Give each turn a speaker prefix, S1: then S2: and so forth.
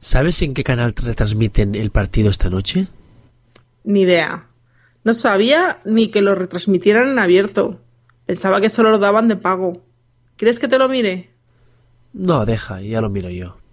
S1: ¿Sabes en qué canal retransmiten el partido esta noche?
S2: Ni idea. No sabía ni que lo retransmitieran en abierto. Pensaba que solo lo daban de pago. ¿Quieres que te lo mire?
S1: No, deja, ya lo miro yo.